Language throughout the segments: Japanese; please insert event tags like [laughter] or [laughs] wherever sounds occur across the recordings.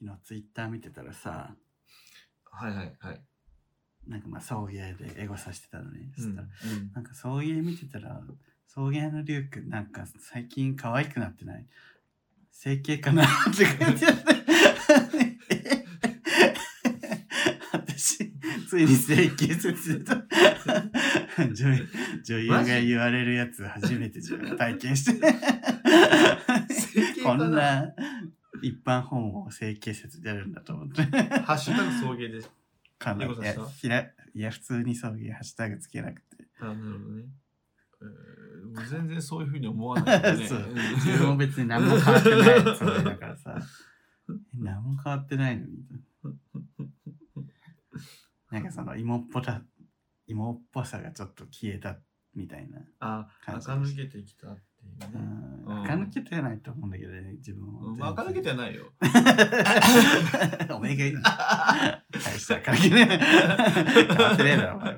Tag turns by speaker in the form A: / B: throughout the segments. A: 昨日ツイッター見てたらさ、
B: はいはいはい。
A: なんかまあ送迎でエゴさしてたのね。そしたら
B: うん
A: なんか送迎見てたら、送迎のりゅうくん、なんか最近可愛くなってない整形かなって感じだった。私、ついに整形説だと女優女優が言われるやつ初めて自分体験して。
B: 整形
A: こ
B: か
A: んな一般本を整形説でやるんだと思って。
B: ハッシュタグ送迎で。
A: かな
B: 猫
A: い
B: 刺し
A: や
B: た
A: ひらいや、普通に送迎ハッシュタグつけなくて。
B: [laughs] あ、なるほどね。えーもう全然そういうふうに思わないけど
A: [laughs]
B: ね。
A: そう
B: うん
A: 自分も別に何も変わってないつもりだから
B: [laughs]
A: さ。何も変わってないのに。なんかその芋っぽさ、芋っぽさがちょっと消えたみたいな。
B: あ、
A: 感じ
B: 垢抜けてきたっていう
A: う
B: ね。
A: ん。
B: うん
A: 垢抜けてはないと思うんだけどね、自分も。
B: まあ、垢抜けてはないよ。
A: ない。 [laughs] おめえがいい。大した垢抜けねえ。変わってねえだろ、お
B: [laughs]
A: 前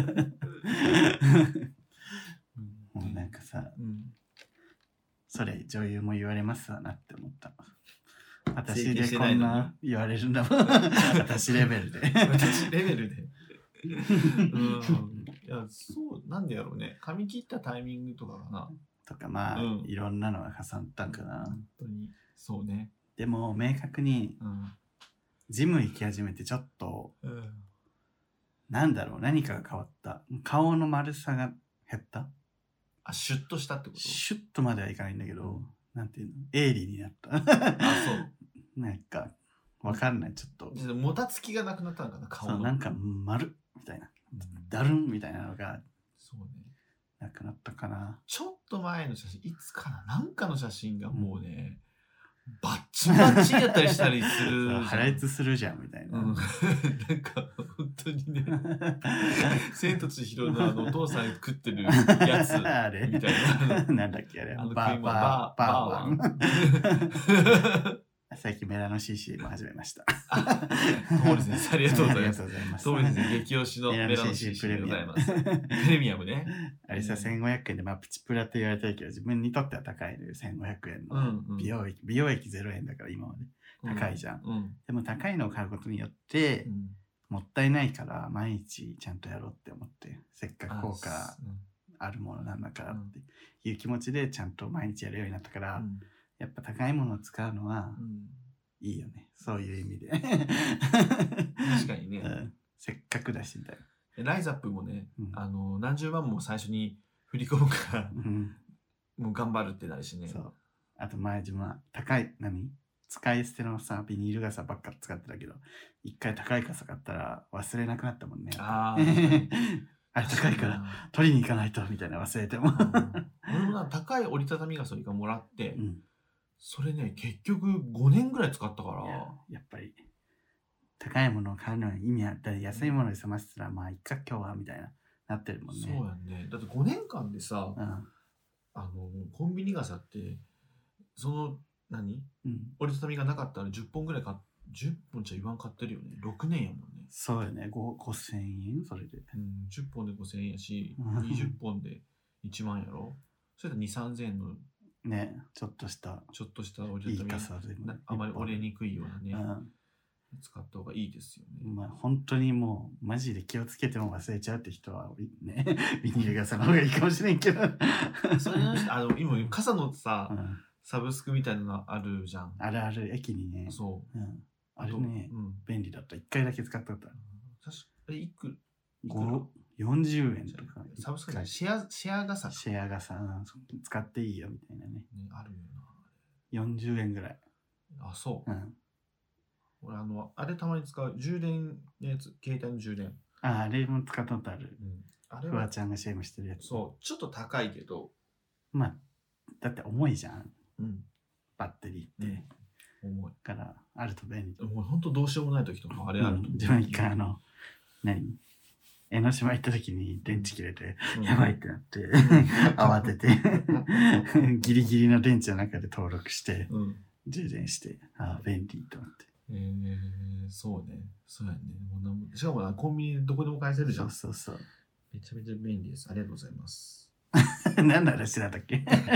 A: も。もうなんかさ、
B: うん
A: それ女優も言われますわなって思った。私
B: 整形し
A: で
B: て
A: こ
B: ない
A: ん
B: のに
A: な言われるん
B: [laughs]
A: だもん。私レベルで。
B: 私レベルで。うん。いや、そう、なんでやろうね。髪切ったタイミングとかかな。
A: とかまあ、
B: うん
A: いろんなのが重なったんかな。
B: 本当に。そうね。
A: でも明確に
B: うん。
A: ジム行き始めてちょっと
B: うん
A: なんだろう何かが変わった。顔の丸さが減った。
B: あ、シュッとしたってこと
A: シュッとまではいかないんだけど、なんていうの鋭利になった。
B: [laughs] あ、そう。
A: なんかわかんないちょっと。
B: ちょっともたつきがなくなったのかな、顔
A: そ
B: の。
A: うなんか丸みたいな。
B: うん
A: だるんみたいなのが
B: そうね。
A: なくなったかな。
B: ちょっと前の写真、いつかな、なんかの写真がもうね、バッチリバッチリやったりしたりするじゃ
A: [laughs]
B: ん。
A: 破裂するじゃんみたい
B: うん、
A: な。 [laughs]
B: なんか、本当にね、千と千尋のあの、お父さんが食ってるやつ、
A: あれ
B: みたいな。
A: [laughs] なんだっけあれ
B: あの
A: バ
B: 食い
A: ー
B: 物
A: バーバーワン。 [laughs]
B: バーワン
A: 最近メラノ CC も始めました。
B: あトモリ先生ありがとうございます。
A: ありがとうございます。
B: トモリ先生、激推しのメ
A: メ
B: ラ
A: ラ
B: ノ
A: ノ
B: CC
A: CC プ
B: で
A: レ
B: ご
A: ミ
B: ざ
A: ア
B: い
A: ム
B: ま。す。プレミアムね。
A: あれさ、1500円で、まあ、プチプラって言われてるけど、自分にとっては高いのよ、1500円
B: う
A: の。
B: ん、うん。
A: 美容液、美容液0円だから今まで。高いじゃん
B: うん。
A: でも高いのを買うことによっ
B: う
A: て、
B: ん。
A: もったいないから、毎日ちゃんとやろうって思って、せっかく効果あるものなんだからっていう気持ちで、ちゃんと毎日やるようになったから、
B: うん。
A: やっぱ高いものを使うのは
B: うん
A: いいよね。そういう意味で。
B: 確かにね。
A: うんせっかくだしみたいな。
B: ライザップもね、
A: うん
B: あの何十万も最初に振り込むから
A: うん、
B: もう頑張るってなるしね
A: そう。あと前自分は高い、何使い捨てのさ、ビニール傘ばっか使ってたけど、一回高い傘買ったら忘れなくなったもんね。[laughs]
B: あ
A: あれ高いから
B: ら
A: 取りに行かないとみたいな忘れても。
B: 俺もな高い折りたたみ傘を一回もらって、
A: うん、
B: それね結局5年ぐらい使ったか
A: いや
B: ら
A: やっぱり高いものを買うのは意味あったり、安いもので済ませたらまあいっか今日はみたいななってるもんね。
B: そうやんねだって5年間でさ
A: うん
B: あのコンビニ傘ってその何
A: うん
B: 折りたたみがなかったら10本ぐらい買っ10本じゃ言わん買ってるよね6年やもんね、
A: そうよね、ご5000円それで。
B: うん、10本で5000円やし
A: うん
B: 20本で1万やろそれで23000円の
A: ね、ちょっとした
B: ちょっとした折
A: い
B: り
A: い
B: たたみ
A: 傘でも
B: なあまり折れにくいような
A: う
B: ね、
A: ん
B: 使った方がいいですよね。
A: まあ、本当にもうマジで気をつけても忘れちゃうって人はね [laughs] ビニール傘の方がいいかもしれんけど、
B: それに関してあの今傘のさ、
A: [laughs] うん
B: サブスクみたいなのあるじゃん。
A: あるある駅にね、
B: そう。
A: うん、あれ
B: と
A: ね
B: うん。
A: 便利だった1回だけ使ったことある
B: 確かあれいくいくら
A: 5 40円とか
B: サブスク
A: 一
B: じゃな
A: 回
B: いシェアシェア傘か、
A: シェア傘うん使っていいよみたいなね
B: ね、あるよ
A: 40円ぐらい、
B: な。あ、そう。
A: うん、
B: 俺あの、あれたまに使う。充電のやつ、携帯の充電。
A: ああれも使ったことある
B: うん、あれ
A: フワ
B: は、
A: ちゃんが CM してるやつ
B: そう、ちょっと高いけど、
A: まあだって重いじゃん
B: うん。
A: バッテリーって、
B: ね、重い。
A: だからあると便利
B: もう本当どうしようもない時とか、あれあると、
A: うん自分一回あの何江ノ島行った時に電池切れて、
B: うん、
A: やばいってなって、慌
B: [laughs]
A: ててギリギリの電池の中で登録して
B: うん。
A: 充電してああ便利と思って
B: えー、そうね。そうやね。もうなんもしかもな、コンビニでどこでも返せるじ
A: そ
B: ゃ。
A: うんそうそう
B: めちゃめちゃ便利です。ありがとうございます。
A: 何の話だったっ
B: [laughs]
A: け
B: 整
A: [laughs]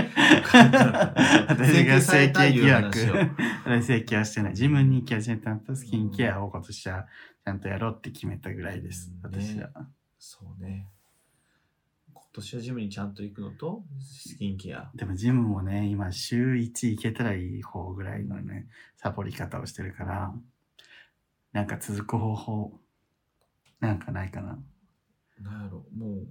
A: 私
B: 形
A: が
B: され
A: 整
B: た
A: 形
B: いう
A: 疑惑
B: 話を。
A: 私整形はしてない自分に気はしめたんとスキンケアを今年はちゃんとやろうって決めたぐらいです
B: うん
A: 私は、
B: そうね。今年はジムにちゃんと行くのと、スキンケア。
A: でもジムもね今週1行けたらいい方ぐらいのねサボり方をしてるからなんか続く方法なんかないかな
B: なんやろ、もう、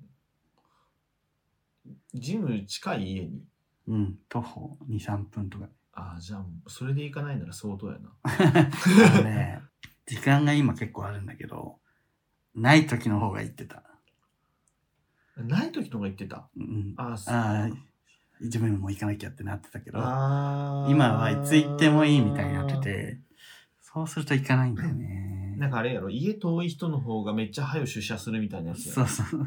B: ジム近い家に。
A: うん徒歩23分とか
B: ああ、じゃあもう、それで行かないなら相当やな。
A: あのね時間が今結構あるんだけどない時の方がいいってた
B: [laughs] ない時の方が言ってた。
A: うん
B: ああ、そう。
A: ああ自分も行かなきゃってなってたけど
B: あー
A: 今はいつ行ってもいいみたいになって。てそうすると行かないんだよ
B: な
A: ね
B: んかあれやろ、家遠い人の方がめっちゃ早く出社するみたいなやつや
A: そ
B: ろ。
A: うそ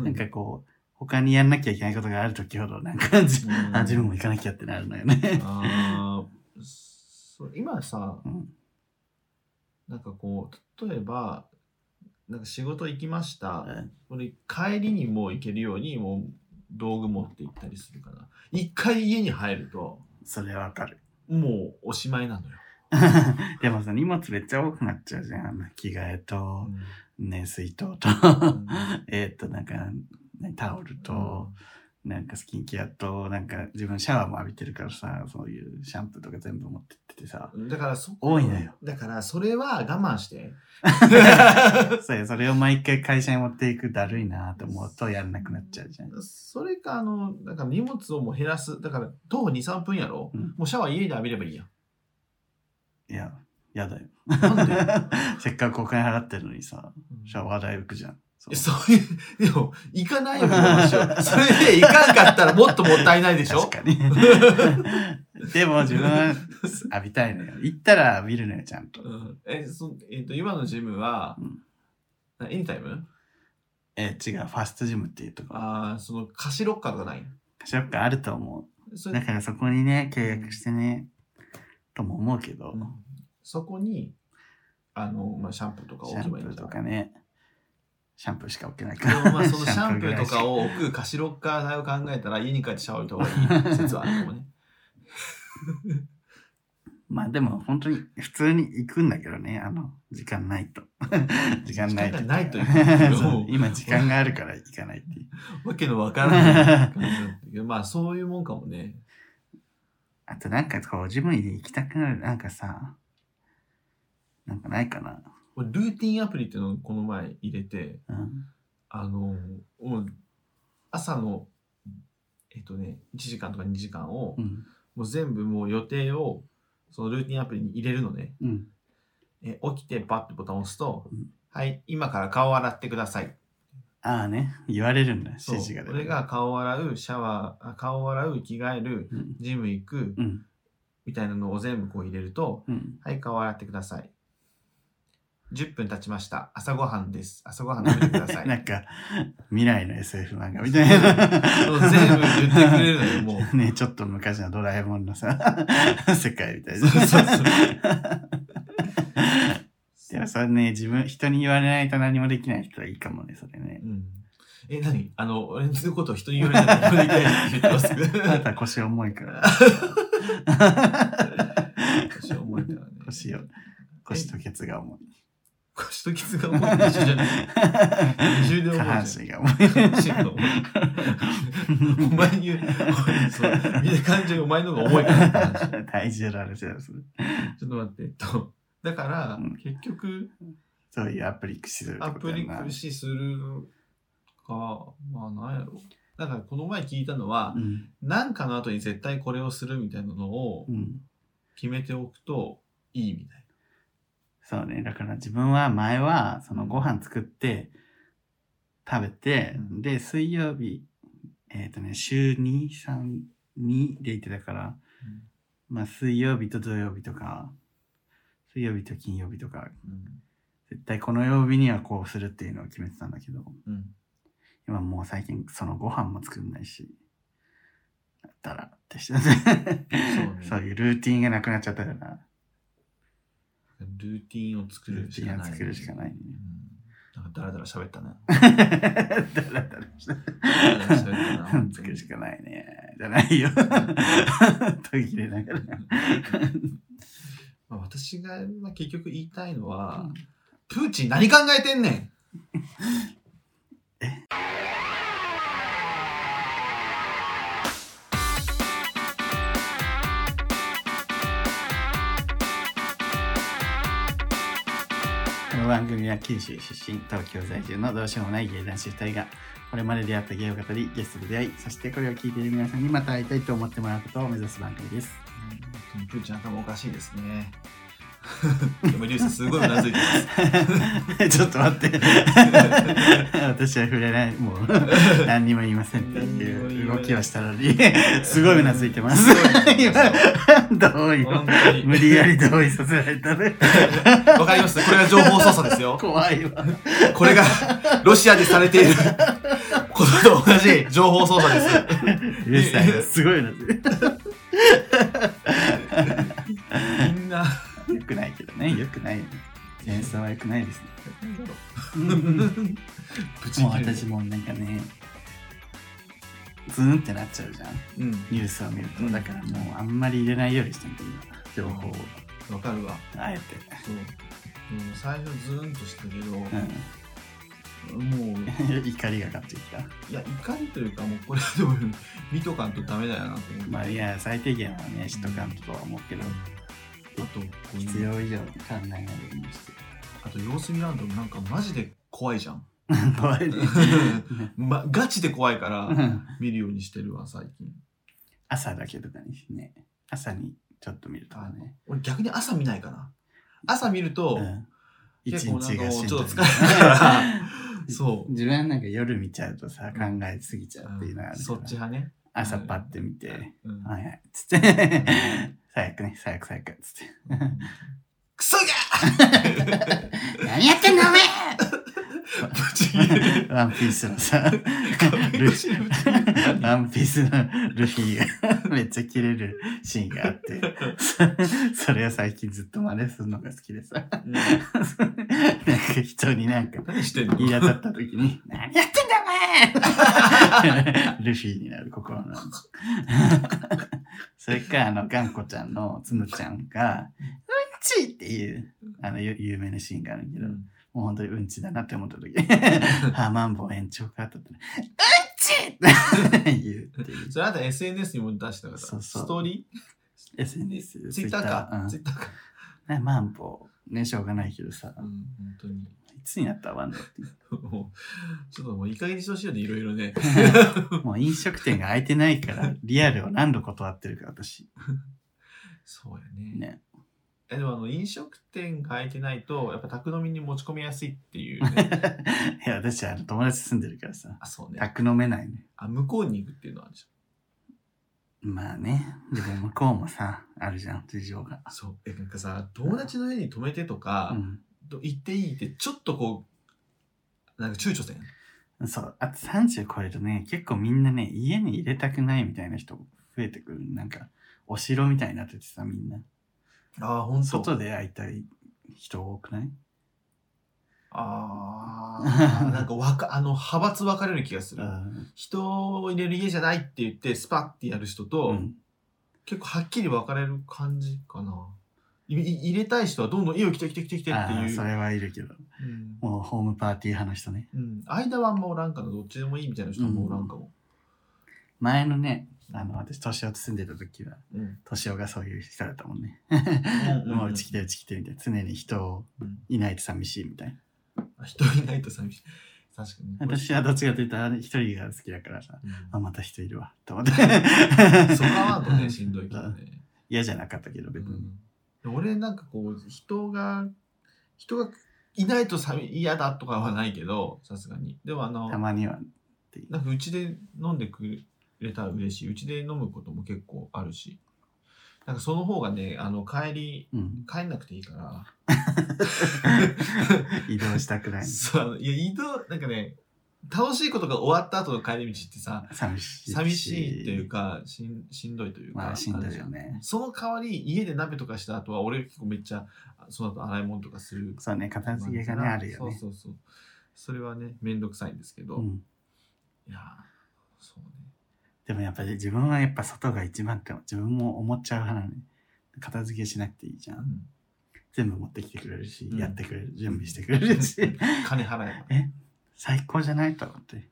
A: うなんかこう他にやんなきゃいけないことがある時ほどなんかじ
B: うん
A: あ自分も行かなきゃってなるのよね
B: あーそう今さ、
A: うん
B: なんかこう例えばなんか仕事行きました
A: うん
B: 俺帰りにもう行けるようにもう道具持って行ったりするから一回家に入ると
A: それはわかる [laughs]
B: もうおしまいなのよ、
A: でもさ荷物めっちゃ多くなっちゃうじゃん着替えとね水筒と [laughs] えーっとなんか、ね、タオルと、なんかスキンケアとなんか自分シャワーも浴びてるからさそういうシャンプーとか全部持ってってて
B: [laughs]
A: さ
B: うんだからそ
A: 多いのよ
B: だからそれは我慢して
A: [laughs] そうよそれを毎回会社に持っていくだるいなと思うとやんなくなっちゃうじゃん。
B: それかあのなんか荷物をもう減らすだから徒歩23分やろ、
A: うん
B: もうシャワー家で浴びればいいやん
A: いや、やだよ。
B: なんで
A: [laughs] せっかくお金払ってるのにさ、シャ
B: ー
A: ワー代浮くじゃん。そう
B: えそういう、でも、行かないよ、この話は [laughs] それで行かんかったらもっともったいないでしょ
A: 確か
B: [laughs]
A: に。でも自分は浴びたいのよ。行ったら浴びるのよ、ちゃんと。
B: うんえ、そえっ、と、今のジムは
A: うん、
B: なエニタイム
A: え、違う、ファストジムっていうところ。
B: ああ、その、貸しロッカーがない。
A: シャッカあると思。
B: そうれ
A: だからそこにね、契約してね、とも思うけど
B: う、んそこに、あの、まあ、シャンプーとか
A: シ
B: 置
A: ャ
B: け
A: ン
B: ば
A: プ
B: いいん
A: ー
B: だ
A: とかね、シャンプーしか置けない
B: で
A: から。
B: もまあ
A: [laughs]
B: そのシャンプ
A: ぐ
B: ー
A: らい
B: と
A: しか
B: かを置く貸しロッカー代を考えたら家に帰ってシャワー置いた方がいい説はあるかも
A: [laughs]
B: ね。
A: まあでも本当に普通に行くんだけどね、あの、時間ないと。 [laughs] 時間ないと。
B: 時間がないと行くんだけ
A: [laughs]
B: ど
A: そう今時間があるから行かないっていう。
B: わけのわから [laughs] ない感じなんだけど。まあそういうもんかもね。
A: [laughs] あとなんかこう、ジムに行きたくなる、なんかさ、なんかないかな。
B: これルーティンアプリっていうのをこの前入れて、
A: うん。
B: あの、もう朝の、えっとね、1時間とか2時間を、
A: うん。
B: もう全部もう予定を、そのルーティンアプリに入れるのね。
A: うん。
B: え起きてパッてボタンを押すと、
A: うん
B: はい、今から顔を洗ってください。
A: ああね、言われるんだ、指
B: そう
A: 示が出る
B: 俺が顔を洗う、シャワー、あ顔を洗う、着替える、
A: うん。
B: ジム行く、
A: うん。
B: みたいなのを全部こう入れると、
A: うん。
B: はい、顔を洗ってください。10分経ちました。朝ごはんです。朝ごはん食べてくだ
A: [laughs]
B: さい。
A: なんか、未来の SF 漫画みたいな。
B: そう全部言ってくれるのよもう
A: ね、ちょっと昔のドラえもんの
B: [laughs]
A: さ、世界みたいな。
B: そうそうそう
A: でもそれね、自分、人に言われないと何もできない人はいいかもね、それね
B: う。んえ、何あの、俺のことを人に言われたら言われないって言ってますけど。
A: あ [laughs] なた腰重い
B: [laughs]
A: から。
B: 腰重いからね。
A: 腰を。腰とケツが重い。
B: 腰と傷が重いの一緒じゃない。
A: [laughs]
B: 二重で重いじ
A: 下
B: ゃん
A: 半身が重い。
B: 腰が重いお前に言う、そう、みんな感情がお前の方が重いからって話。ち
A: [laughs] 体重の話だする。
B: ょっと待って、えっと、 [laughs] だから、
A: うん
B: 結局、
A: そういうアプリ駆使するって
B: ア
A: こと
B: プ
A: だ
B: リ
A: よな。
B: 駆使するか、まあ、なんやろ。だから、この前聞いたのは、
A: うん。
B: なんかの後に絶対これをするみたいなのを
A: うん。
B: 決めておくといいみたいな。
A: そうね。だから自分は前は、そのご飯作って、食べて、
B: うん
A: で、水曜日、えっ、とね、週2、3、2で行ってたから、まあ水曜日と土曜日とか、水曜日と金曜日とか、絶対この曜日にはこうするっていうのを決めてたんだけど、
B: うんうん
A: 今もう最近そのご飯も作んないし、だったらってしてね。
B: そうね
A: [laughs] そういうルーティンがなくなっちゃったよな。
B: ルーティンを作るしかない。
A: ルーティンを作るしかないね
B: うんだからだらだら喋っ
A: [laughs]
B: たね。
A: だらだらした
B: だらだら喋ったな本当
A: 作
B: に
A: るしかないね。じゃないよ。 [laughs] 途切れながら。
B: まあ私がまあ結局言いたいのは、プーチン何考えてんねん
A: この番組は九州出身、東京在住のどうしようもない芸男子2人が、これまで出会った芸を語り、ゲストと出会い、そしてこれを聞いている皆さんにまた会いたいと思ってもらうことを目指す番組です。 [laughs]
B: プーチン頭おかしいですね。でも、リュウさんすごいうなずいてます。
A: ちょっと待って。 [laughs] 私は触れない。もう、何にも言いませんっていう動きをしたのに、 [laughs] すごいうなずいてます
B: すごいうなずいて
A: 今、
B: ま
A: 同意を
B: 本。当に
A: 無理やり同意させられたね。
B: わかりますこれが情報操作ですよ。
A: [laughs] 怖いわ。
B: これがロシアでされていることと同じ情報操作です。
A: [laughs] うるさいな。すごいな。よ
B: みんな。
A: くないけどね。よくないよね。ジェンさんはよくないですね。
B: プ
A: もう私もなんかね、ズーンってなっちゃうじゃん。
B: うん。
A: ニュースを見ると。
B: うん
A: だからもうあんまり入れないようにしてみて、今情報を。
B: わかるわ。
A: あえて。
B: そう。でも最初ズーンとしたけど、
A: う。
B: もうん
A: [laughs] 怒りが勝ってきた。
B: いや怒りというかもうこれはでも見とかんとダメだよなと思って。
A: まあいや、最低限はね、しとかんとは思うけど、
B: あとこう
A: 必要以上考えないようにして。
B: あと様子見ランドもなんかマジで怖いじゃん。
A: [laughs] 怖
B: [laughs]
A: いね。
B: ま、ガチで怖いから
A: うん
B: 見るようにしてるわ最近。
A: 朝だけとかにね。朝にちょっと見るとかね。
B: 俺逆に朝見ないかな。朝見ると、
A: うん一
B: 結構なん
A: 日
B: か
A: が
B: も
A: し
B: うんち
A: ど
B: ょ
A: い
B: っと疲れたから。
A: [laughs]
B: そ
A: 自分はなんか夜見ちゃうとさ、考えすぎちゃうっていうのはあ
B: う。
A: るから
B: そっち派ね。
A: 朝パッて見て、
B: うん
A: はいはい、つって、最悪ね、最悪最悪、つって。
B: [laughs] クソ
A: [laughs] 何やってんのお前
B: がぶち切れ [laughs] る。
A: ワンピースのさ、ルフィ、 [laughs] ワンピースのルフィが [laughs] めっちゃキレるシーンがあ
B: [laughs]
A: って、そそれを最近ずっと真似するのが好きでさ、 [laughs] なんか人になんか
B: 何してんの
A: 言い当たった時に、 [laughs] 何やってんだお前 [laughs] ルフィになる心の。 [laughs] それか、あの、ガンコちゃんのつむちゃんが、うんちっていう、あの、ゆ有名なシーンがあるけど、もう本当にうんちだなって思った [laughs] 時、ハーマンボウ延長かと思ったら、うんちって言 [laughs] うっていう。
B: それあなた SNS にも出したから、
A: そうそう
B: ストーリ
A: SNS、
B: ーツイッターか。ツイ
A: う
B: ッターか。
A: ん。ね、マンボウ、ね、しょうがないけどさ、
B: うん、本当に。
A: いつになったらワンだっていう。
B: もう、ちょっともういい加減にしてほしいよね、いろいろね。
A: もう飲食店が開いてないから、リアルを何度断ってるか、私。
B: そうやね。
A: ね。
B: えでもあの飲食店が開いてないと、やっぱ宅飲みに持ち込みやすいっていう、ね。
A: [laughs] いや、私、あの、友達住んでるからさ、
B: あ、そうね。
A: 宅飲めないね。
B: あ、向こうに行くっていうのはあるじ
A: まあね、でも向こうもさ、あるじゃん、事情が
B: ゃ。ん。そう。え、なんかさ、友達の家に泊めてとか
A: う、ん。
B: と行っていいって、ちょっとこう、なんか躊躇せん。
A: そう、あと30超えるとね、結構みんなね、家に入れたくないみたいな人増えてくる。なんか、お城みたいになっててさ、みんな。
B: ああ、ほんと。
A: 外で会いたい人多くない
B: あ
A: [laughs]
B: あ、なんかわか、あの、派閥分かれる気がする。
A: ん。
B: 人を入れる家じゃないって言って、スパッてやる人と、
A: うん
B: 結構はっきり分かれる感じかな。いい入れたい人はどんどん家を来て来て来て来てって
A: ああ、
B: いう。
A: それはいるけど。
B: うん
A: もうホームパーティー派の人ね。
B: うん、間はあんまおらんかな、どっちでもいいみたいな人はもうおらんかも。
A: 前のね、あの、私、年を住んでた時は、
B: うん。うん
A: 年をがそういう人だったもんね。
B: うん
A: もううち来てうち来てみたいな。常に人を
B: うん
A: いないと寂しいみたいな。
B: あ人いないと寂しい。確かに。
A: 私はどっちかというとあの一人が好きだからさ、
B: うん
A: あ、また人いるわ。と思って。
B: そこはあとね、しんどいけどね。
A: 嫌じゃなかったけど、
B: う
A: 別に。
B: んで俺なんかこう、人が、人がいないと寂嫌だとかはないけど、さすがに。でもあの、
A: たまには。
B: なんかうちで飲んでくれたら嬉しい。うちで飲むことも結構あるし。なんかその方がね、あの、帰り、 [laughs]
A: うん。
B: 帰んなくていいから。
A: 移動したくない。
B: そう、いや、移動、なんかね、楽しいことが終わった後の帰り道ってさ、
A: 寂しいし。
B: 寂しいというか、しんしんどいというか、
A: まあ、しんど
B: あ
A: い
B: れじゃ
A: よね。
B: その代わり、家で鍋とかした後は、俺結構めっちゃ、その後洗い物とかする。
A: そうね、片付けがね、あるよね。
B: そうそうそう。それはね、めんどくさいんですけど、
A: う
B: い
A: ん、
B: やーそうね。
A: でもやっぱり自分はやっぱ外が一番って自分も思っちゃう派なのに片付けしなくていいじゃ
B: うんん
A: 全部持ってきてくれるし、
B: うん
A: やってくれる準備してくれるし
B: [laughs] 金払えば。
A: え最高じゃないと思って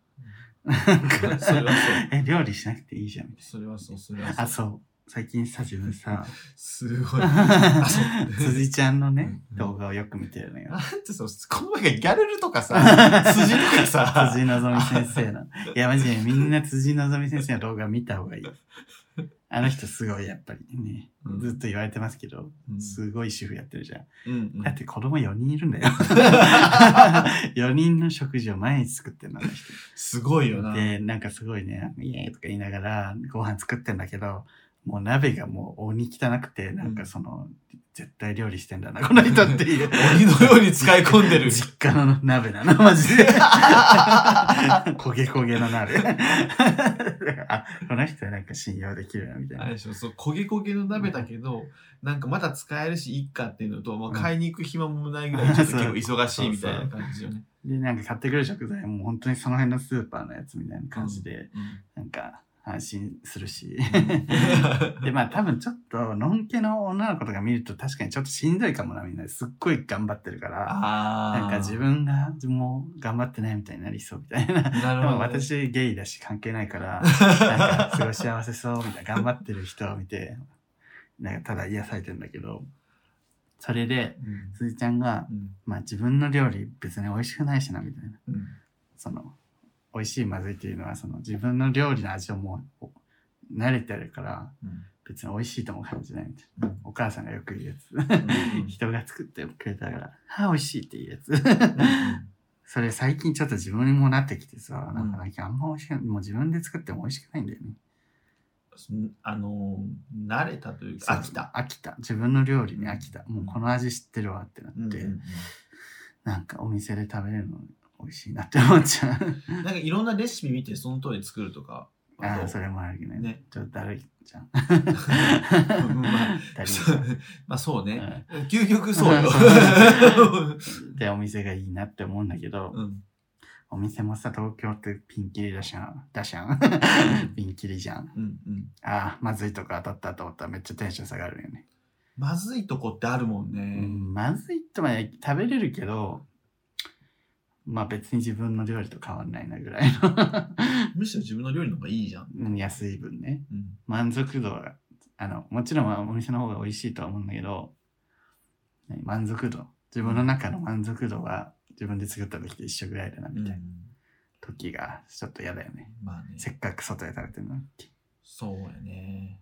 B: うんそれはそう。
A: え料理しなくていいじゃんみたい
B: それはそう、それは
A: なあ
B: そう。
A: そう最近さ自分さ
B: す
A: [laughs]
B: ごい。
A: 辻ちゃんのね
B: うん
A: 動画をよく見てるのよ
B: なんてそう、この前がギャレルと
A: [laughs]
B: かさ、筋とかさ、
A: 辻のぞみ先生の。いや、マジでみんな辻のぞみ先生の動画見た方がいい。あの人すごい、やっぱりね
B: う。ん
A: ずっと言われてますけど、
B: うん
A: すごい主婦やってるじゃん。
B: うんうん
A: だって子供4人いる
B: [laughs]
A: んだよ。4人の食事を毎日作ってるの、あの人。
B: すごいよな。
A: で、なんかすごいね、イエーイとか言いながらご飯作ってんだけど、もう鍋がもう鬼汚くて、なんかその、絶対料理してんだな、この人っていう。
B: [laughs] 鬼のように使い込んでる。
A: 実家の鍋なの、マジで。 [laughs] 焦げ焦げの鍋。 [laughs] あ、この人はなんか信用できるな、みたい
B: あれ
A: な。
B: でしょ、そう、焦げ焦げの鍋だけど、なんかまだ使えるし、いいかっていうのと、もう買いに行く暇もないぐらい、ちょっと結構忙しいみたいな感じよね。
A: で、なんか買ってくる食材も本当にその辺のスーパーのやつみたいな感じで、なんか安心するし。で、まあ多分ちょっと、のんけの女の子とか見ると確かにちょっとしんどいかもな、みんな。すっごい頑張ってるから。
B: [laughs] ああ。
A: なんか自。分がもう頑張ってないみたいになりそうみたいな。
B: な
A: で
B: るほど、
A: も。私ゲイだし関係ない
B: [laughs]
A: から。なんかすごい幸せそうみたいな頑張ってる人を見てなんかただ癒されてんだけどそれで
B: うん
A: 鈴ちゃんが、まあ、自分の料理別に美味しくないしなみたいな
B: うん
A: その美味しいまずいっていうのはその自分の料理の味をもうお慣れてるから
B: うん
A: 別に美味しいとも感じないみたいな
B: うん
A: お母さんがよく言う
B: う
A: や
B: ん
A: つ人が作ってくれたから「あ美味しい」っていうやつ
B: [laughs]
A: [laughs] それ最近ちょっと自分にもなってきてさなんかなんかあんま美味しくないもう自分で作っても美味しくないんだよね
B: うんあのー、慣れたというか、飽きた。
A: 飽きた自分の料理に飽きたもうこの味知ってるわってな
B: うん
A: っ
B: うん
A: て、
B: うん
A: なんかお店で食べれるの美味しいなって思っち
B: [laughs]
A: ゃう
B: なんかいろんなレシピ見て、その通り作るとか。
A: あ
B: と
A: あ
B: [laughs]
A: それもあるけどね
B: ね
A: ちょっとだるいじ
B: [laughs]
A: ゃん
B: うんまあ
A: [laughs] だるいじ
B: そ
A: ゃ
B: うんまあそうね。究極そう
A: [laughs]
B: よ。
A: でお店がいいなって思うんだけど、
B: うん
A: お店もさ東京ってピンキリだしゃんだしゃんピンキリじゃん
B: うんうん
A: ああまずいとこ当たったと思ったらめっちゃテンション下がるよね、
B: まずいとこってあるもん
A: う
B: ね。
A: ん、まずいとまで食べれるけどまあ別に自分の料理と変わんないなぐらいの
B: むしろ自分の料理の方がいいじゃん。
A: うん [laughs] 安い分ね
B: うん
A: 満足度はあのもちろんまあお店の方が美味しいとは思うんだけど何満足度自分の中の満足度は自分で作った時と一緒ぐらいだなみたいな時がちょっと嫌だよね、
B: まあね。
A: せっかく外で食べてるのに
B: そうやね。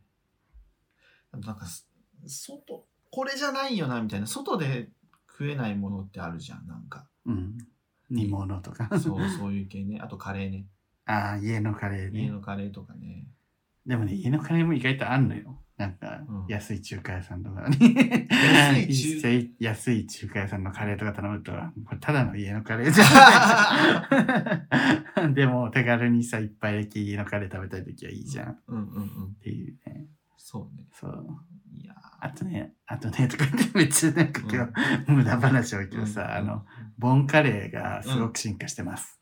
B: あとなんかす、外、これじゃないよな、みたいな。外で食えないものってあるじゃん、なんか。
A: うん煮物とか
B: そう、そういう系ね。あとカレーね。
A: [laughs] ああ家のカレー
B: 家
A: ね
B: のカレーとかね。
A: でもね家のカレーも意外とあんのよなんか
B: うん
A: 安い中華屋さんとかに
B: 安い中
A: 安い安い中華屋さんのカレーとか頼むとこれただの家のカレーじゃ
B: [laughs]
A: んでも手軽にさいっぱいだけ家のカレー食べたい時はいいじゃんっ
B: うんうんうん。
A: ていうね
B: そうね。
A: そう
B: いや
A: あとねあとねとか言ってめっちゃなんか
B: ー
A: 今日、無駄話をけどさ、あの、ボンカレーがすごく進化してます、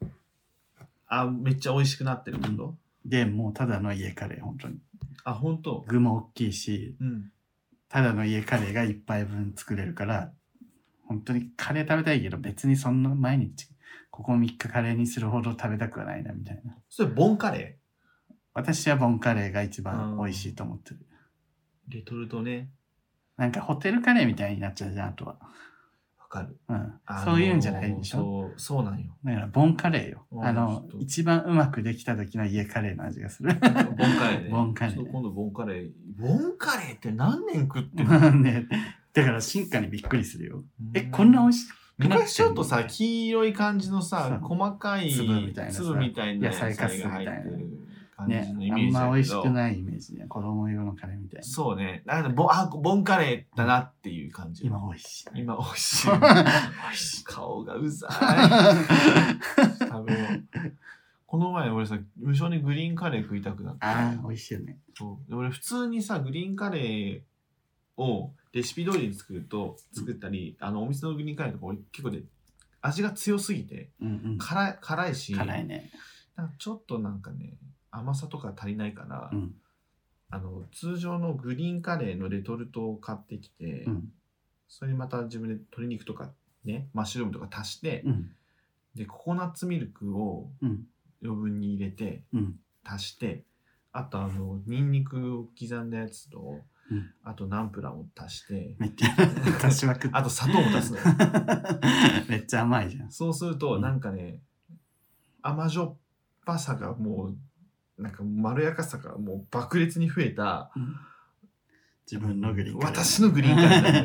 B: あ、めっちゃ美味しくなってること、
A: でもうただの家カレー本当に
B: あ、本当。
A: 具も大きいし
B: うん。
A: ただの家カレーが一杯分作れるから、本当にカレー食べたいけど、別にそんな毎日、ここ3日カレーにするほど食べたくはないな、みたいな。
B: それ、ボンカレ
A: 私はボンカレーが一番美味しいと思ってる。
B: ーレトルトね。
A: なんかホテルカレーみたいになっちゃうじゃん、あとは。
B: わかる。
A: うん
B: あの。ー
A: そういうんじゃないでしょ。
B: そう、そうなんよ。
A: だからボンカレーよ。
B: うん
A: あの
B: ちょっ、と
A: 一番うまくできた時の家カレーの味がする。
B: ボンカレー
A: [laughs]
B: ね。
A: ボンカレー
B: ちょっと今度ボンカレー。ボンカレーって何年食ってるの
A: [laughs] ね、だから進化にびっくりするよ。え、こんな美
B: い
A: 味しい
B: 昔ちょっとさ、黄色い感じのさ、
A: そう
B: 細かい
A: 粒みたいなさ
B: 粒みたいな
A: 野菜カスみたいな
B: 野菜が入ってる感じ
A: ね、
B: のイ
A: あ
B: メー
A: ん
B: ジだけど
A: ま美味しくないイメージね。子供用のカレーみたいな。
B: そうね。なんかボあボンカレーだなっていう感じ。
A: 今美味
B: [laughs]
A: しい。
B: 今美味しい。
A: 美味しい。 [laughs]
B: 顔がうざい。食べよう。この前俺さ、無性にグリーンカレー食いたくなって。
A: ああ、美味しいよね。
B: そうで俺普通にさグリーンカレーをレシピ通りに作ると作ったり、あのお店のグリーンカレーとか俺結構で味が強すぎて、
A: うんうん。
B: 辛い、辛いし、
A: 辛いね。
B: なんかちょっとなんかね、甘さとか足りないから、
A: うん。
B: あの、通常のグリーンカレーのレトルトを買ってきて、
A: うん。
B: それにまた自分で鶏肉とかね、マッシュルームとか足して、
A: うん。
B: で、ココナッツミルクを
A: うん。
B: 余分に入れて、
A: うん。
B: 足して、あとあの、ニンニクを刻んだやつと、
A: うん
B: あとナンプラーを足して、
A: めっ
B: [laughs]
A: ちゃ、足しまくった
B: あと砂糖も足すのよ。
A: [laughs] めっちゃ甘いじゃん。
B: そうする
A: う
B: と、
A: ん
B: なんかね、甘じょっぱさがもう、なんかまろやかさがもう爆裂に増えた、
A: 自分のグリーンカレー。
B: 私のグリーンカレーな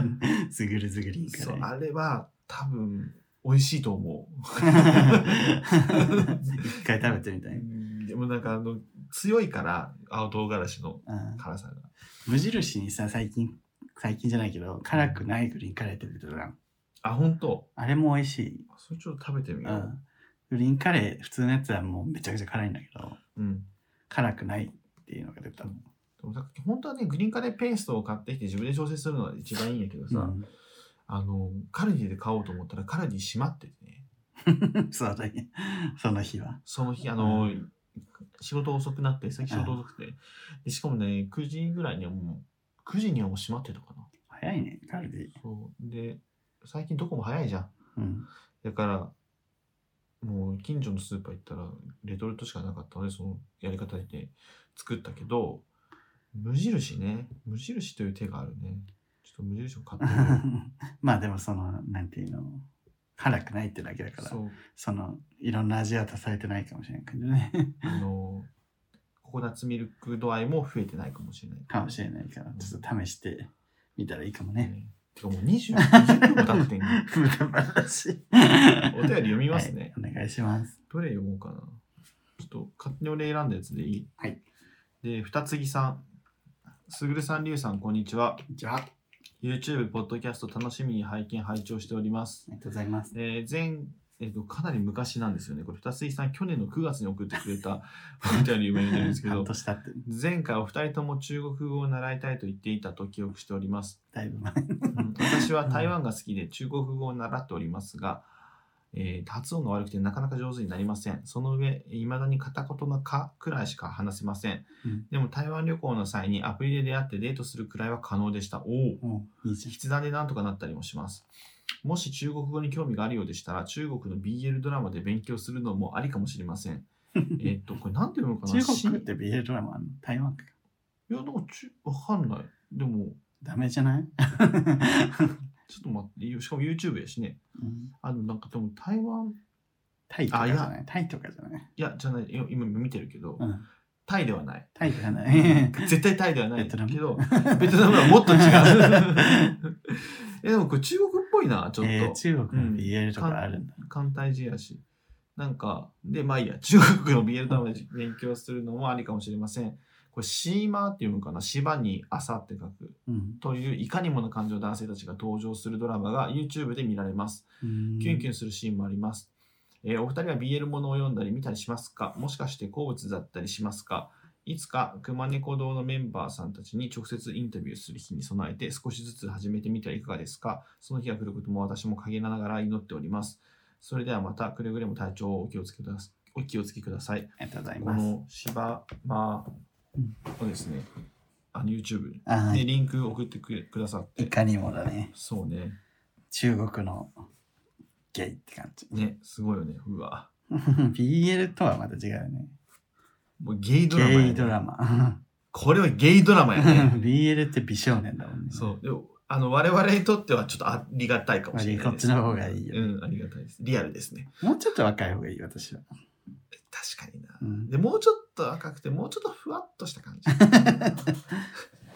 B: んだよ。
A: ー。 [laughs] すぐるずグリーンカ
B: そう
A: レー。
B: あれは多分美味しいと思う。
A: [laughs] 一回食べてみたい。
B: でもなんかあの強いから青唐辛子の
A: うん
B: 辛さが。
A: 無印にさ、最近、最近じゃないけど、辛くないグリーンカレーって出てたじゃん。
B: あ本当。
A: あれも美味しい。
B: それちょっと食べてみ
A: う
B: よう。
A: ん。グリーンカレー、普通のやつはもうめちゃくちゃ辛いんだけど、
B: うん。
A: 辛くないっていうのが出たの。
B: でもなんか本当はねグリーンカレーペーストを買ってきて自分で調整するのが一番いいんやけどさ、
A: うん
B: あのカルディで買おうと思ったらカルディ閉まっててね。
A: [laughs] そうだね。その日は。
B: その日あの、
A: う
B: 仕事遅くなって最近仕事遅くて、でしかもね9時ぐらいにはもう9時にはもう閉まってたかな。
A: 早いね、カルディ。
B: そうで最近どこも早いじゃん。
A: うん。 [laughs]
B: だから、もう近所のスーパー行ったら、レトルトしかなかったので、そのやり方で作ったけど、無印ね。無印という手があるね。ちょっと無印を買ってみよ
A: まあでもその、なんていうの、辛くないってだけだか
B: う
A: ら、
B: そ。
A: そうの、いろんな味は足されてないかもしれないけどね。 [laughs]
B: あの、ココナッツミルク度合いも増えてないかもしれない。
A: かもしれないから、ちょっと試してみたらいいかも
B: [laughs]
A: ね。
B: ね。てかもう20 20分も経ってんの。
A: [laughs] 無駄話。
B: お便り読みますね。
A: はいお願いします。
B: どれ読もうかな。ちょっと勝手に俺選んだやつでいい
A: はい。
B: で、二つぎさん。すぐるさん、りゅうさん、こんにちは。
A: じゃあ、あ
B: YouTube、ポッドキャスト楽しみに拝見、拝聴しております。
A: りがとうございます。
B: えー前、えっと、かなり昔なんですよね。これ、二つ井さん、去年の9月に送ってくれた
A: [laughs]
B: お便りを読んでるんですけ
A: 半
B: ど、
A: 年経って、
B: 前回お二人とも中国語を習いたいと言っていたと記憶してお
A: [laughs]
B: ります。
A: だいぶ前。
B: うん私は台湾が好きで中国語を習っておりますが、えー発音が悪くてなかなか上手になりません。その上、いまだに片言の「か」くらいしか話せません。
A: うん
B: でも台湾旅行の際にアプリで出会ってデートするくらいは可能でした。おお
A: もう、いいじ
B: 筆談でなんとかなったりもします。もし中国語に興味があるようでしたら、中国の BL ドラマで勉強するのもありかもしれま
A: [laughs]
B: せん。
A: ゃん。
B: えっと、これなんていうのかな
A: 中国っ
B: して
A: BL ドラマあんの台湾か。
B: いや、なんか中、わかんない。でも、
A: ダメじゃない、
B: ちょっと待って、しかも YouTube やしね。
A: うん、
B: あの、なんかでも台湾、
A: タイとかじゃないタイとかじゃない、
B: いや、じゃない、いや今見てるけど、
A: うん、
B: タイでは
A: [laughs]
B: ない。
A: タイじゃない。
B: 絶対タイではない
A: ベト
B: け
A: ナム
B: ど、ベトナムはもっと違
A: [laughs]
B: う。え、でもこれ中国っぽいな、ちょっと。
A: えー、中国の BL とかあるんだ。
B: 艦隊事やし。なんか、で、まあいいや、 [laughs] 中国の BL ドラマで勉強するのもありかもしれません。これ、シーマーって読むかな芝に朝って書く。
A: うん
B: という、いかにもな感情男性たちが登場するドラマが YouTube で見られます。
A: うん
B: キュンキュンするシーンもあります。えーお二人は BL ものを読んだり見たりしますかもしかして好物だったりしますかいつか熊猫堂のメンバーさんたちに直接インタビューする日に備えて少しずつ始めてみてはいかがですかその日が来ることも私も陰ながら祈っております。それではまたくれぐれも体調をお気をつけください。お気をつけください。
A: ありがとうござい
B: こ
A: ます。
B: の芝まをですね、あの YouTube
A: あは
B: で
A: い
B: リンク送ってくれくださっ
A: い
B: て、
A: かにもだね。
B: そうね、
A: 中国のゲイって感じ。 [laughs]
B: ね、すごいよね、うわ。
A: BL とはまた違うよね。
B: もうゲイドラマやね、
A: ゲイドラマ。
B: これはゲイドラマ
A: [laughs]
B: やね。
A: BL って美少年だもんね。
B: そう。でもあの我々にとってはちょっとありがたいかもしれないです。
A: まあこっちの方がいいよね
B: うん、ありがたいです。リアルですね。
A: もうちょっと若い方がいい、私は。
B: 確かにな。
A: うん
B: で、もうちょっと赤くて、もうちょっとふわっとした
A: [laughs]
B: 感じ。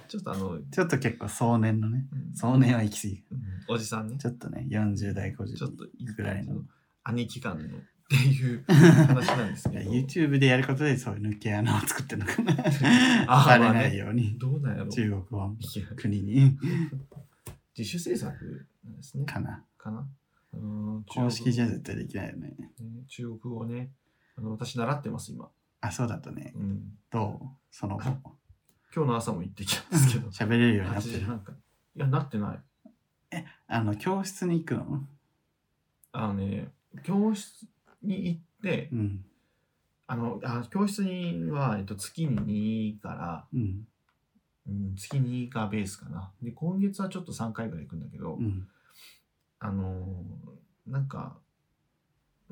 B: ちょっとあの、うん
A: ちょっと結構壮年のね。壮年は行き過ぎ。
B: うんおじさんね。
A: ちょっとね、40代、50
B: ちょっといい
A: 代ぐらいの。
B: 兄貴感のっていう話なんです
A: い
B: け
A: や
B: ど。
A: YouTube でやることでそういう抜け穴を作ってるのかな。
B: あ
A: され
B: まあ
A: な
B: ね
A: いように。
B: どうなんやろう。
A: 中国を
B: いや
A: 国に。
B: 自主制作なんですね。
A: かな。
B: かな。あの中国
A: 公式じゃ絶対できないよね。
B: ね中国語をね、あの私習ってます、今。
A: あ、そうだったね。
B: うん
A: どうその後。。
B: 今日の朝も行ってきたんですけど
A: 喋れるようにな
B: 8
A: って
B: 時
A: る。
B: 半か。いや、なってない。
A: あの、教室に行くの
B: あのね、教室に行って、
A: うん。
B: あの、あ教室には、えっと、月に2から、
A: うん。
B: うん、月2がベースかな。で、今月はちょっと3回ぐらい行くんだけど、
A: うん。
B: あのーなんか、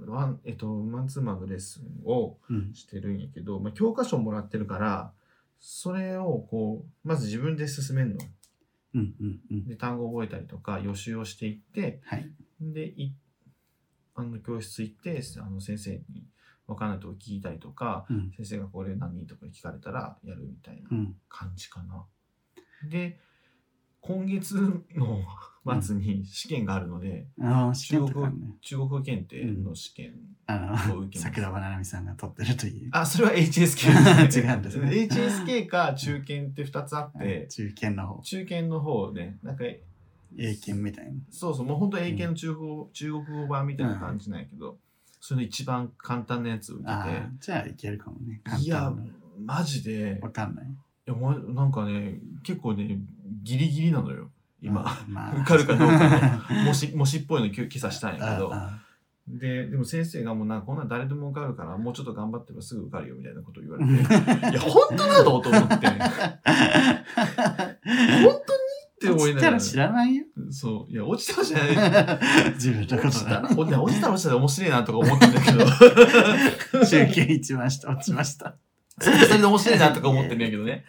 B: ワン、えっと、マンツーマンのレッスンを
A: うん。
B: してるんやけど、まあ、教科書もらってるから、それをこう、まず自分で進めるの。
A: うん。うん。うん。
B: で、単語覚えたりとか、予習をしていって、
A: はい。
B: で、いあの教室行って、あの先生に分からないとこ聞いたりとか、
A: うん。
B: 先生がこれ何とか聞かれたらやるみたいな
A: うん。
B: 感じかな。で、今月の末に試験があるので、
A: ああ、試験とかね。
B: 中国語検定の試験。
A: あ
B: を
A: の、
B: 受けます
A: 桜庭な美さんが撮ってるという。
B: あ、それは
A: [laughs]
B: HSK
A: 違うんですね
B: HSK か中堅って2つあっ
A: はい
B: て、
A: 中堅の方、
B: 中堅の方ね、なんか、
A: 英検みたいな。
B: そうそう、もう本当英検の中国,、中国語版みたいな感じなんやけど、それの一番簡単なやつを受け
A: ああ、じゃあいけるかもね。簡
B: て、いや
A: 単な、
B: マジで、
A: わかんない。
B: いやまなんかね、結構ね、ギリギリなのよ、今。
A: あ、ま
B: 受かるかどうか
A: [laughs]
B: の、もし、もしっぽいの今日今朝したんやけど。
A: あ
B: で、でも先生がもうなんかこんなん誰でも受かるから、もうちょっと頑張ってればすぐ受かるよみたいなことを言われて、
A: [laughs] あ
B: いや、本当なのと思って、本当にって思
A: 落
B: い
A: ちた
B: なが
A: ら
B: ら。
A: 知らないよ。
B: そう。いや、落ちたら知らない。
A: 自分のこ
B: 落
A: と
B: ちた
A: だ
B: ら、。落ちたら落ちたら面白いなとか思ったんだけど、
A: 中堅一番下落ちました。
B: それで面白いなとか思ってるんやけどね。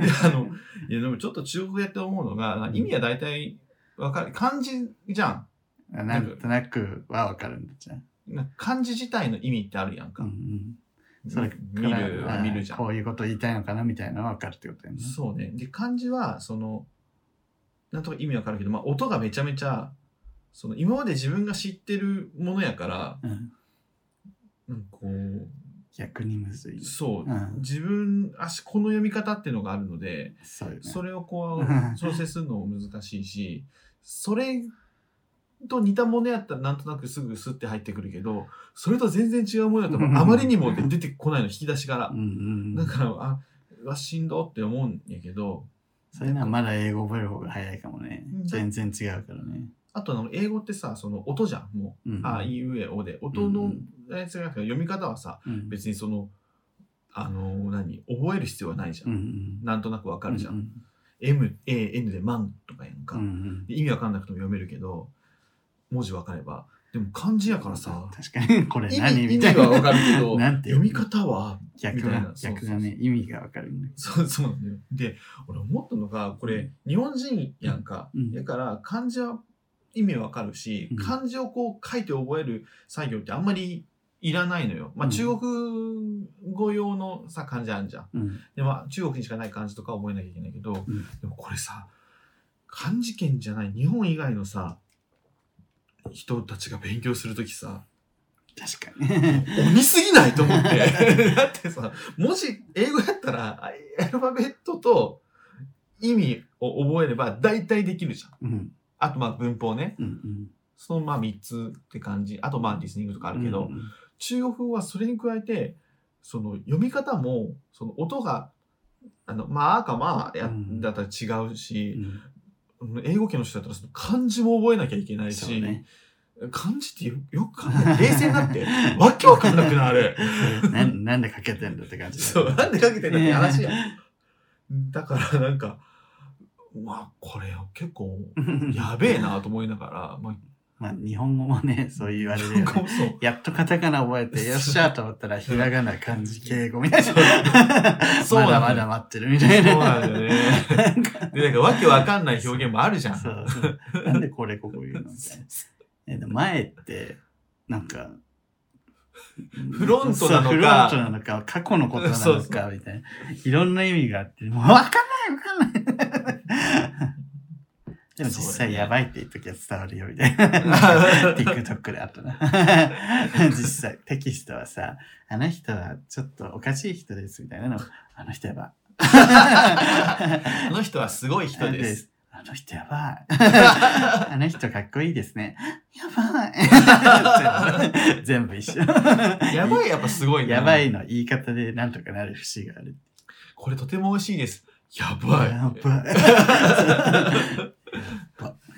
B: であの、いや、でもちょっと中国語やって思うのが、意味は大体わかる。漢字じゃん。
A: なんとなくはわかるんだじゃん。
B: なんか漢字自体の意味ってあるやん
A: う
B: か。
A: んうん。それか
B: 見
A: ら
B: るは見るじゃ
A: あーこう
B: ん。
A: いうこと言いたいのかなみたいなのはわかるってことやね。
B: そうね。で、漢字は、その、なんとか意味わかるけど、まあ、音がめちゃめちゃ、その、今まで自分が知ってるものやから、
A: うん。
B: うん、こう、
A: 逆にむずい。
B: そ
A: う
B: う、
A: ん
B: 自分、あし、この読み方っていうのがあるので、
A: そうよね。
B: それをこ
A: うん
B: う調整するのも難しいしそれと似たものやったらなんとなくすぐスッて入ってくるけどそれと全然違うものやった
A: うん
B: らあまりにも出てこないの引き出しから
A: うんうんう
B: だ
A: ん。
B: からあうわしんどって思うんやけど
A: そういうのはまだ英語覚える方が早いかもね
B: う。ん
A: 全然違うからね。
B: あとあの英語ってさその音じゃんも
A: うん
B: う、あいうえおで音
A: う
B: の
A: ん
B: やつがなくて読み方はさ
A: うん
B: 別にそのあの何覚える必要はないじゃ、
A: うんん
B: なんとなくわかるじゃん、
A: うん
B: MAN で「マン」とかやん
A: う
B: か、
A: んうん
B: で意味わかんなくても読めるけど文字わかればでも漢字やからさ
A: 確かにこれ
B: 意
A: 何
B: 味意
A: みたい
B: 味
A: な
B: はわかるけ
A: [laughs]
B: ど
A: なんて
B: 読み方は
A: 逆
B: みたい
A: が
B: なそうそう
A: 逆がね意味がわかるんだ
B: そうそうなんだよで俺思ったのがこれ日本人やんか、
A: うん
B: だから漢字は意味わかるし、
A: うん
B: 漢字をこう書いて覚える作業ってあんまりいらないのよ。ま
A: う
B: あ
A: ん
B: 中国語用のさ漢字あるじゃん。
A: うん
B: でまあ中国にしかない漢字とか覚えなきゃいけないけど、
A: ん
B: でもこれさ漢字圏じゃない日本以外のさ人たちが勉強するときさ
A: 確か
B: [laughs]
A: に
B: 鬼すぎないと思ってだって [laughs] さもし英語やったらあアルファベットと意味を覚えれば大体できるじゃん
A: うん
B: あとまあ文法ね
A: うんうん
B: そのまあ3つって感じあとまあリスニングとかあるけど、
A: うん
B: 中国語はそれに加えてその読み方もその音があのまあかまあや
A: うん
B: だったら違う
A: う
B: し、
A: ん
B: 英語圏の人だったらその漢字も覚えなきゃいけない
A: そう
B: し、
A: ね
B: 漢字ってよよく考えて冷静になってわけわかんなくなる
A: なんなんでかけてんだって感じだ
B: [laughs] そ
A: よ
B: う
A: ね
B: なんでかけてんだって話や
A: ね
B: だからなんかまあこれ結構やべえなと思いながら、まあ、
A: まあ日本語もねそう言われるよ
B: こ
A: ね
B: うそう
A: やっとカタカナ覚え
B: [laughs]
A: てよっしゃーと思ったらひらがな漢字敬語みたい [laughs] な
B: そう
A: ま
B: な
A: だ
B: の
A: まだ待ってるみたいな
B: そうなんだよね
A: なんか
B: でなんかわけわかんない表現もあるじゃん。
A: そうそうなんでこれここ言うのみたいな。えでも前って、なんか、
B: フロントなのか
A: そうフロントなのか、過去のことな
B: そ
A: の
B: うそ
A: か、みたいな。いろんな意味があって、もうわかんないわかんない。でも実
B: そうだ
A: 際
B: ね
A: やばいって言うときは伝わるよ、みた
B: [laughs]
A: いな。TikTok であったな。実際、テキストはさ、あの人はちょっとおかしい人です、みたいなの。あの人やば。
B: あの人はすごい人です。
A: あの人やば
B: [laughs]
A: い。あの人かっこいいですね。やば
B: [laughs]
A: い。全部一緒。
B: やばいやっぱすごいな。
A: やばいの言い方でなんとかなる節がある。
B: これとても美味しいです。やばい。
A: やばい。やばい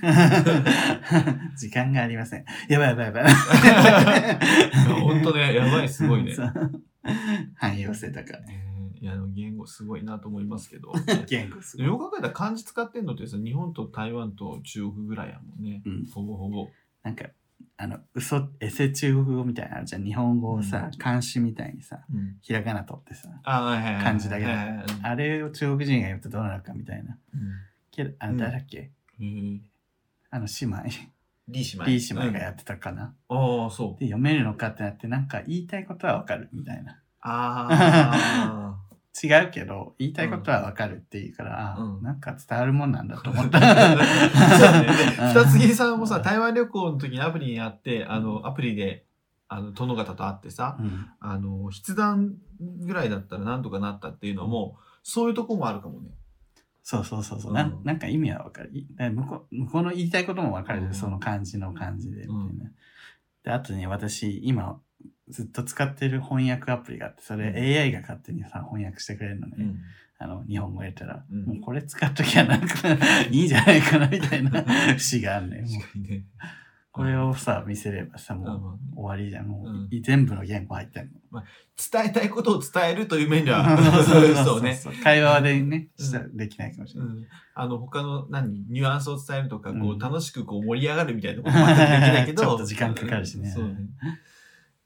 A: [laughs] 時間がありません。やばいやばいやば
B: [laughs]
A: い。
B: ほんとね、やばい、すごいね
A: そ。う汎用性高い。
B: えーいや、でも言語すごいなと思いますけど。
A: 言語すごい。
B: よく考えたら漢字使ってんのってさ、日本と台湾と中国ぐらいやもんね。
A: うん
B: ほぼほぼ。
A: なんか、あの、嘘、エセ中国語みたいなのあるじゃん。日本語をさ、漢詩みたいにさ、
B: うん、
A: ひらがな取ってさ、
B: あはいはいはい
A: 漢字だけだ
B: はいはいはい
A: あれを中国人が言うとどうなるかみたいな。けど、あ
B: うん
A: の、誰だっけ、
B: うんへー
A: あの、姉妹、
B: リー姉妹。
A: B 姉妹がやってたかな。
B: うんああ、そう。
A: で、読めるのかってなって、なんか言いたいことはわかるみたいな。
B: あ
A: 違うけど、言いたいことはわかるっていうから、
B: うん
A: あなんか伝わるもんなんだと
B: [laughs]
A: 思った。
B: あ。二つ切りさんも
A: う
B: さ、
A: ん
B: 台湾旅行の時にアプリにあって、あの、アプリで、あの、殿方と会ってさ、
A: うん
B: あの、筆談ぐらいだったらなんとかなったっていうのも、そういうとこもあるかもね。
A: そうそうそうそう、
B: うん
A: なん。なんか意味はわかる。いだから向こう向こうの言いたいこともわかる、
B: うん
A: その漢字の漢字でみたいな。
B: うん
A: で、あとね、私、今、ずっと使ってる翻訳アプリがあって、それ AI が勝手にさ、翻訳してくれるのね。
B: うん。
A: あの、日本語やったら、
B: うん
A: もうこれ使っときゃなん
B: [laughs]
A: か、いいんじゃないかなみたいな節があるね。もう
B: 確かにね。
A: これをさ、見せればさ、
B: あ、
A: も
B: ま
A: う終わりじゃん。もう、
B: うん
A: い全部の言語入ってんの。
B: あ伝えたいことを伝えるという面では、そうね。
A: [laughs] そう会話でね、
B: うん
A: したできないかもしれ
B: う
A: ない。
B: ん、あの他の何ニュアンスを伝えるとか、こ
A: う
B: うん楽しくこう盛り上がるみたいなことも全くできないけど
A: [laughs] ちょっと時間かかるしね
B: そうね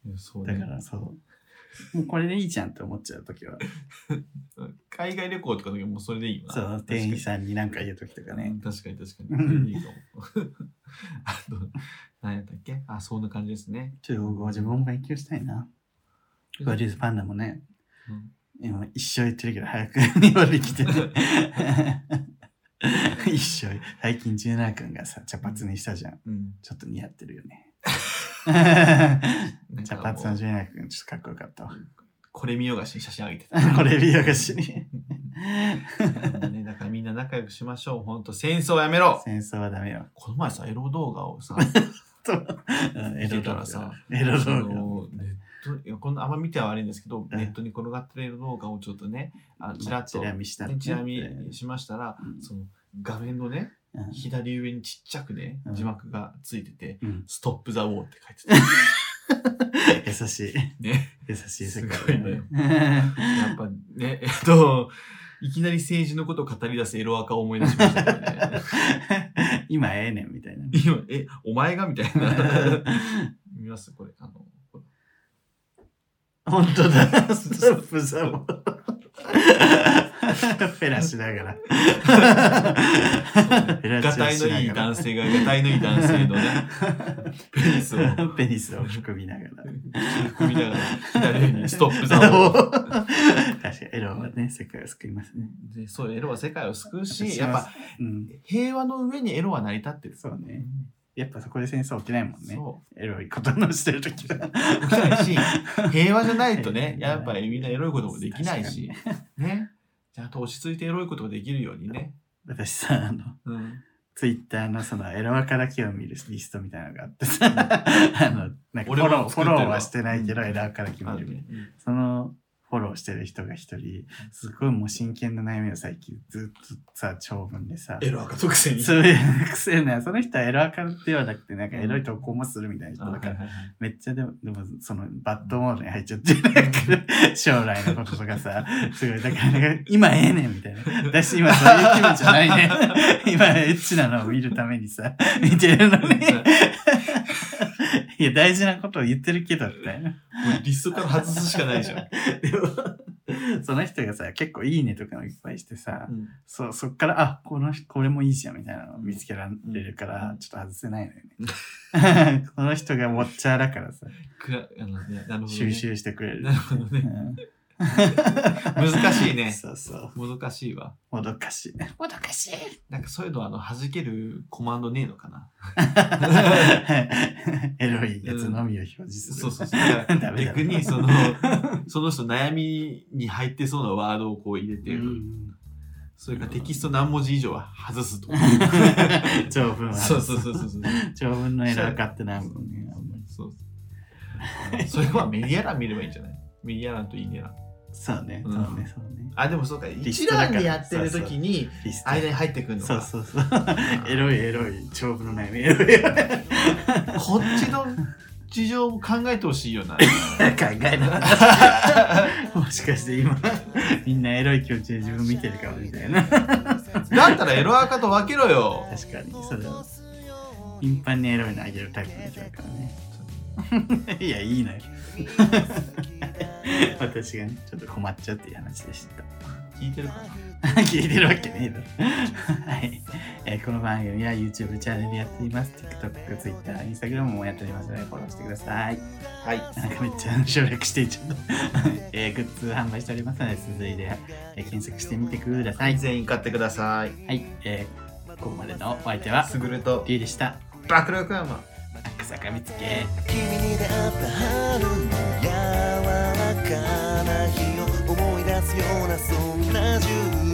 B: いやそうね
A: だからそう。もうこれでいいじゃんって思っちゃうときは。
B: 海外旅行とかの時もそれでいいわ
A: そう、店員さんに何か言うときとかね。
B: 確かに確かに
A: うん
B: いいかも [laughs] あと何やったっけあそんな感じですね
A: 中国語を自分も勉強したいな。バリューズパンダもね、
B: うん
A: 今一生言ってるけど早く日本に来てて。 [laughs] 一生、最近ジュナー君がさ、茶髪にしたじゃん。
B: うん
A: ちょっと似合ってるよね。 [laughs]
B: なんか
A: 茶
B: もう
A: 髪のジュナー君、ちょっとかっこよかったわ。 [laughs]
B: これ見よがしに写真あげてた [laughs]
A: これ、美容師に。 [laughs]
B: ねだからみんな仲良くしましょうほんと戦争やめろ
A: 戦争はダメよ。
B: この前さエロ動画をさ
A: と、
B: 見てたらさ、
A: エロ
B: あ
A: 動
B: のネットいやこんなあんま見ては悪いんですけど、
A: うん
B: ネットに転がってる動画をちょっとね、あ
A: 画。
B: ちらっと、
A: チラ
B: ね、
A: 見した。
B: ちなみにしましたら、
A: うん
B: その画面のね、
A: うん
B: 左上にちっちゃくね
A: う、ん
B: 字幕がついてて、
A: うん
B: ストップ・ザ・ウォーって書い
A: [laughs]
B: てた。
A: 優しい、
B: ね、
A: 優しい世界。
B: すごいねやっぱね、えっと、いきなり政治のことを語り出すエロアカを思い出しましたよ
A: [laughs]
B: ね。
A: [laughs] 今ええねんみたいな。 [laughs]
B: 今、え、お前がみたいな。見ますこれ、あの、これ
A: 本当だ、ストップザ [laughs] ボ。ペラしな
B: [laughs]
A: がら。ペ [laughs] ラ
B: がたいのいい男性が、がたいのいい男性
A: [laughs]
B: のね、ペニスを
A: ペニスを含みながら。
B: 組みながら、左上にストップザボー。
A: [laughs] 確かにエロはね、世界を救いますね。
B: でそう、エロは世界を救うし、やっぱ
A: うん。
B: 平和の上にエロは成り立ってる。
A: そうね。やっぱそこで戦争起きないもんね。
B: そ
A: エロいことのしてるときは。
B: う。起きないし、平和じゃないとね、やっぱりみんなエロいこともできないし、ね。ちゃんと落ち着いてエロいことができるようにね。
A: [laughs] 私さ、あの、
B: うん。
A: ツイッターのそのエロアカだけを見るリストみたいなのがあってさ、あの、なんかフ
B: 俺
A: ォロー、
B: も
A: フ
B: 作ってるわ
A: ォローはしてないけど、
B: うん
A: エロアカだけ
B: あ
A: 見
B: る
A: る。
B: ね。
A: そのフォローしてる人が一人、すごいもう真剣な悩みを最近ずっとさ、長文でさ、
B: ロ赤特性
A: そういう癖ね、その人はエロアカではなくて、なんかエロい投稿もするみたいな人だから、めっちゃでも、でもそのバッドモードに入っちゃって、なんか将来のこととかさ、すごい、だからなんか今ええねんみたいな。私今そういう気分じゃない
B: [laughs]
A: ね。今エッチなのを見るためにさ、見てるの
B: [laughs]
A: に。いや、大事なことを言ってるけど、みたいな。
B: もうリストから外すしかないじゃん。
A: でも、その人がさ、結構いいねとかもいっぱいしてさ、
B: うん
A: そ、そっから、あ、この人、これもいいじゃん、みたいなのを見つけられるか
B: う
A: ら
B: ん、
A: ちょっと外せないのよね。 [laughs] この人がウォッチャーだからさ、
B: くらあのね、なるほど、ね。
A: 収集してくれる
B: な。るほどね。
A: 難
B: [laughs] 難しいね
A: そうそう。
B: もどかしいわ。
A: もどかしい。もどかしい。
B: なんかそういうのあの弾けるコマンドねえのかな。
A: [laughs] エロいやつのみを表示する。
B: そうそうそう。だか
A: ダ
B: ら
A: メだ
B: 逆にその、 [laughs] その人悩みに入ってそうなワードをこう入れて、
A: うん
B: それからテキスト何文字以上は外すと。
A: 長文は。
B: そうそうそうそうそう。
A: 長文のエロかってなんもね。あんまり
B: そうそうそれはメディア欄見ればいいんじゃないメディア欄といいね欄。
A: そうね、そうね、そうね。
B: あ、でもそうか、
A: リス
B: 一
A: トだから
B: 覧でやってる時に、
A: フィス
B: 間
A: テ
B: に入ってくるの
A: そう
B: か。
A: そうそう。エロいエロい、長文の悩み、エロいエロい。考
B: こっちの事情も考えてほしいよな。
A: えな。 [laughs] もしかして今、みんなエロい気持ちで自分見てるかもみたいな。
B: だったらエロアカと分けろよ。
A: 確かに、それは。頻繁にエロいのあげるタイプの人だからね。い [laughs] や、いいのよ。私がね、ちょっと困っちゃうっていう話でした。 [laughs]
B: 聞いてるか
A: 聞いてるわけねえだろ。 [laughs] はい、えーこの番組は YouTube チャンネルやっています。TikTok、Twitter、Instagram もやっておりますのでフォローしてください。
B: はい。
A: なんかめっちゃ省略していっちゃった。 [laughs] えーグッズ販売しておりますので、続いて、えー検索してみてください。
B: 全員買ってください。
A: はい、えーここまでのお相手は、
B: すぐると
A: りゅうでした。
B: 爆力山。
A: 赤坂見つけ。
C: 君に出会った春の柔らかな日を思い出すようなそんな10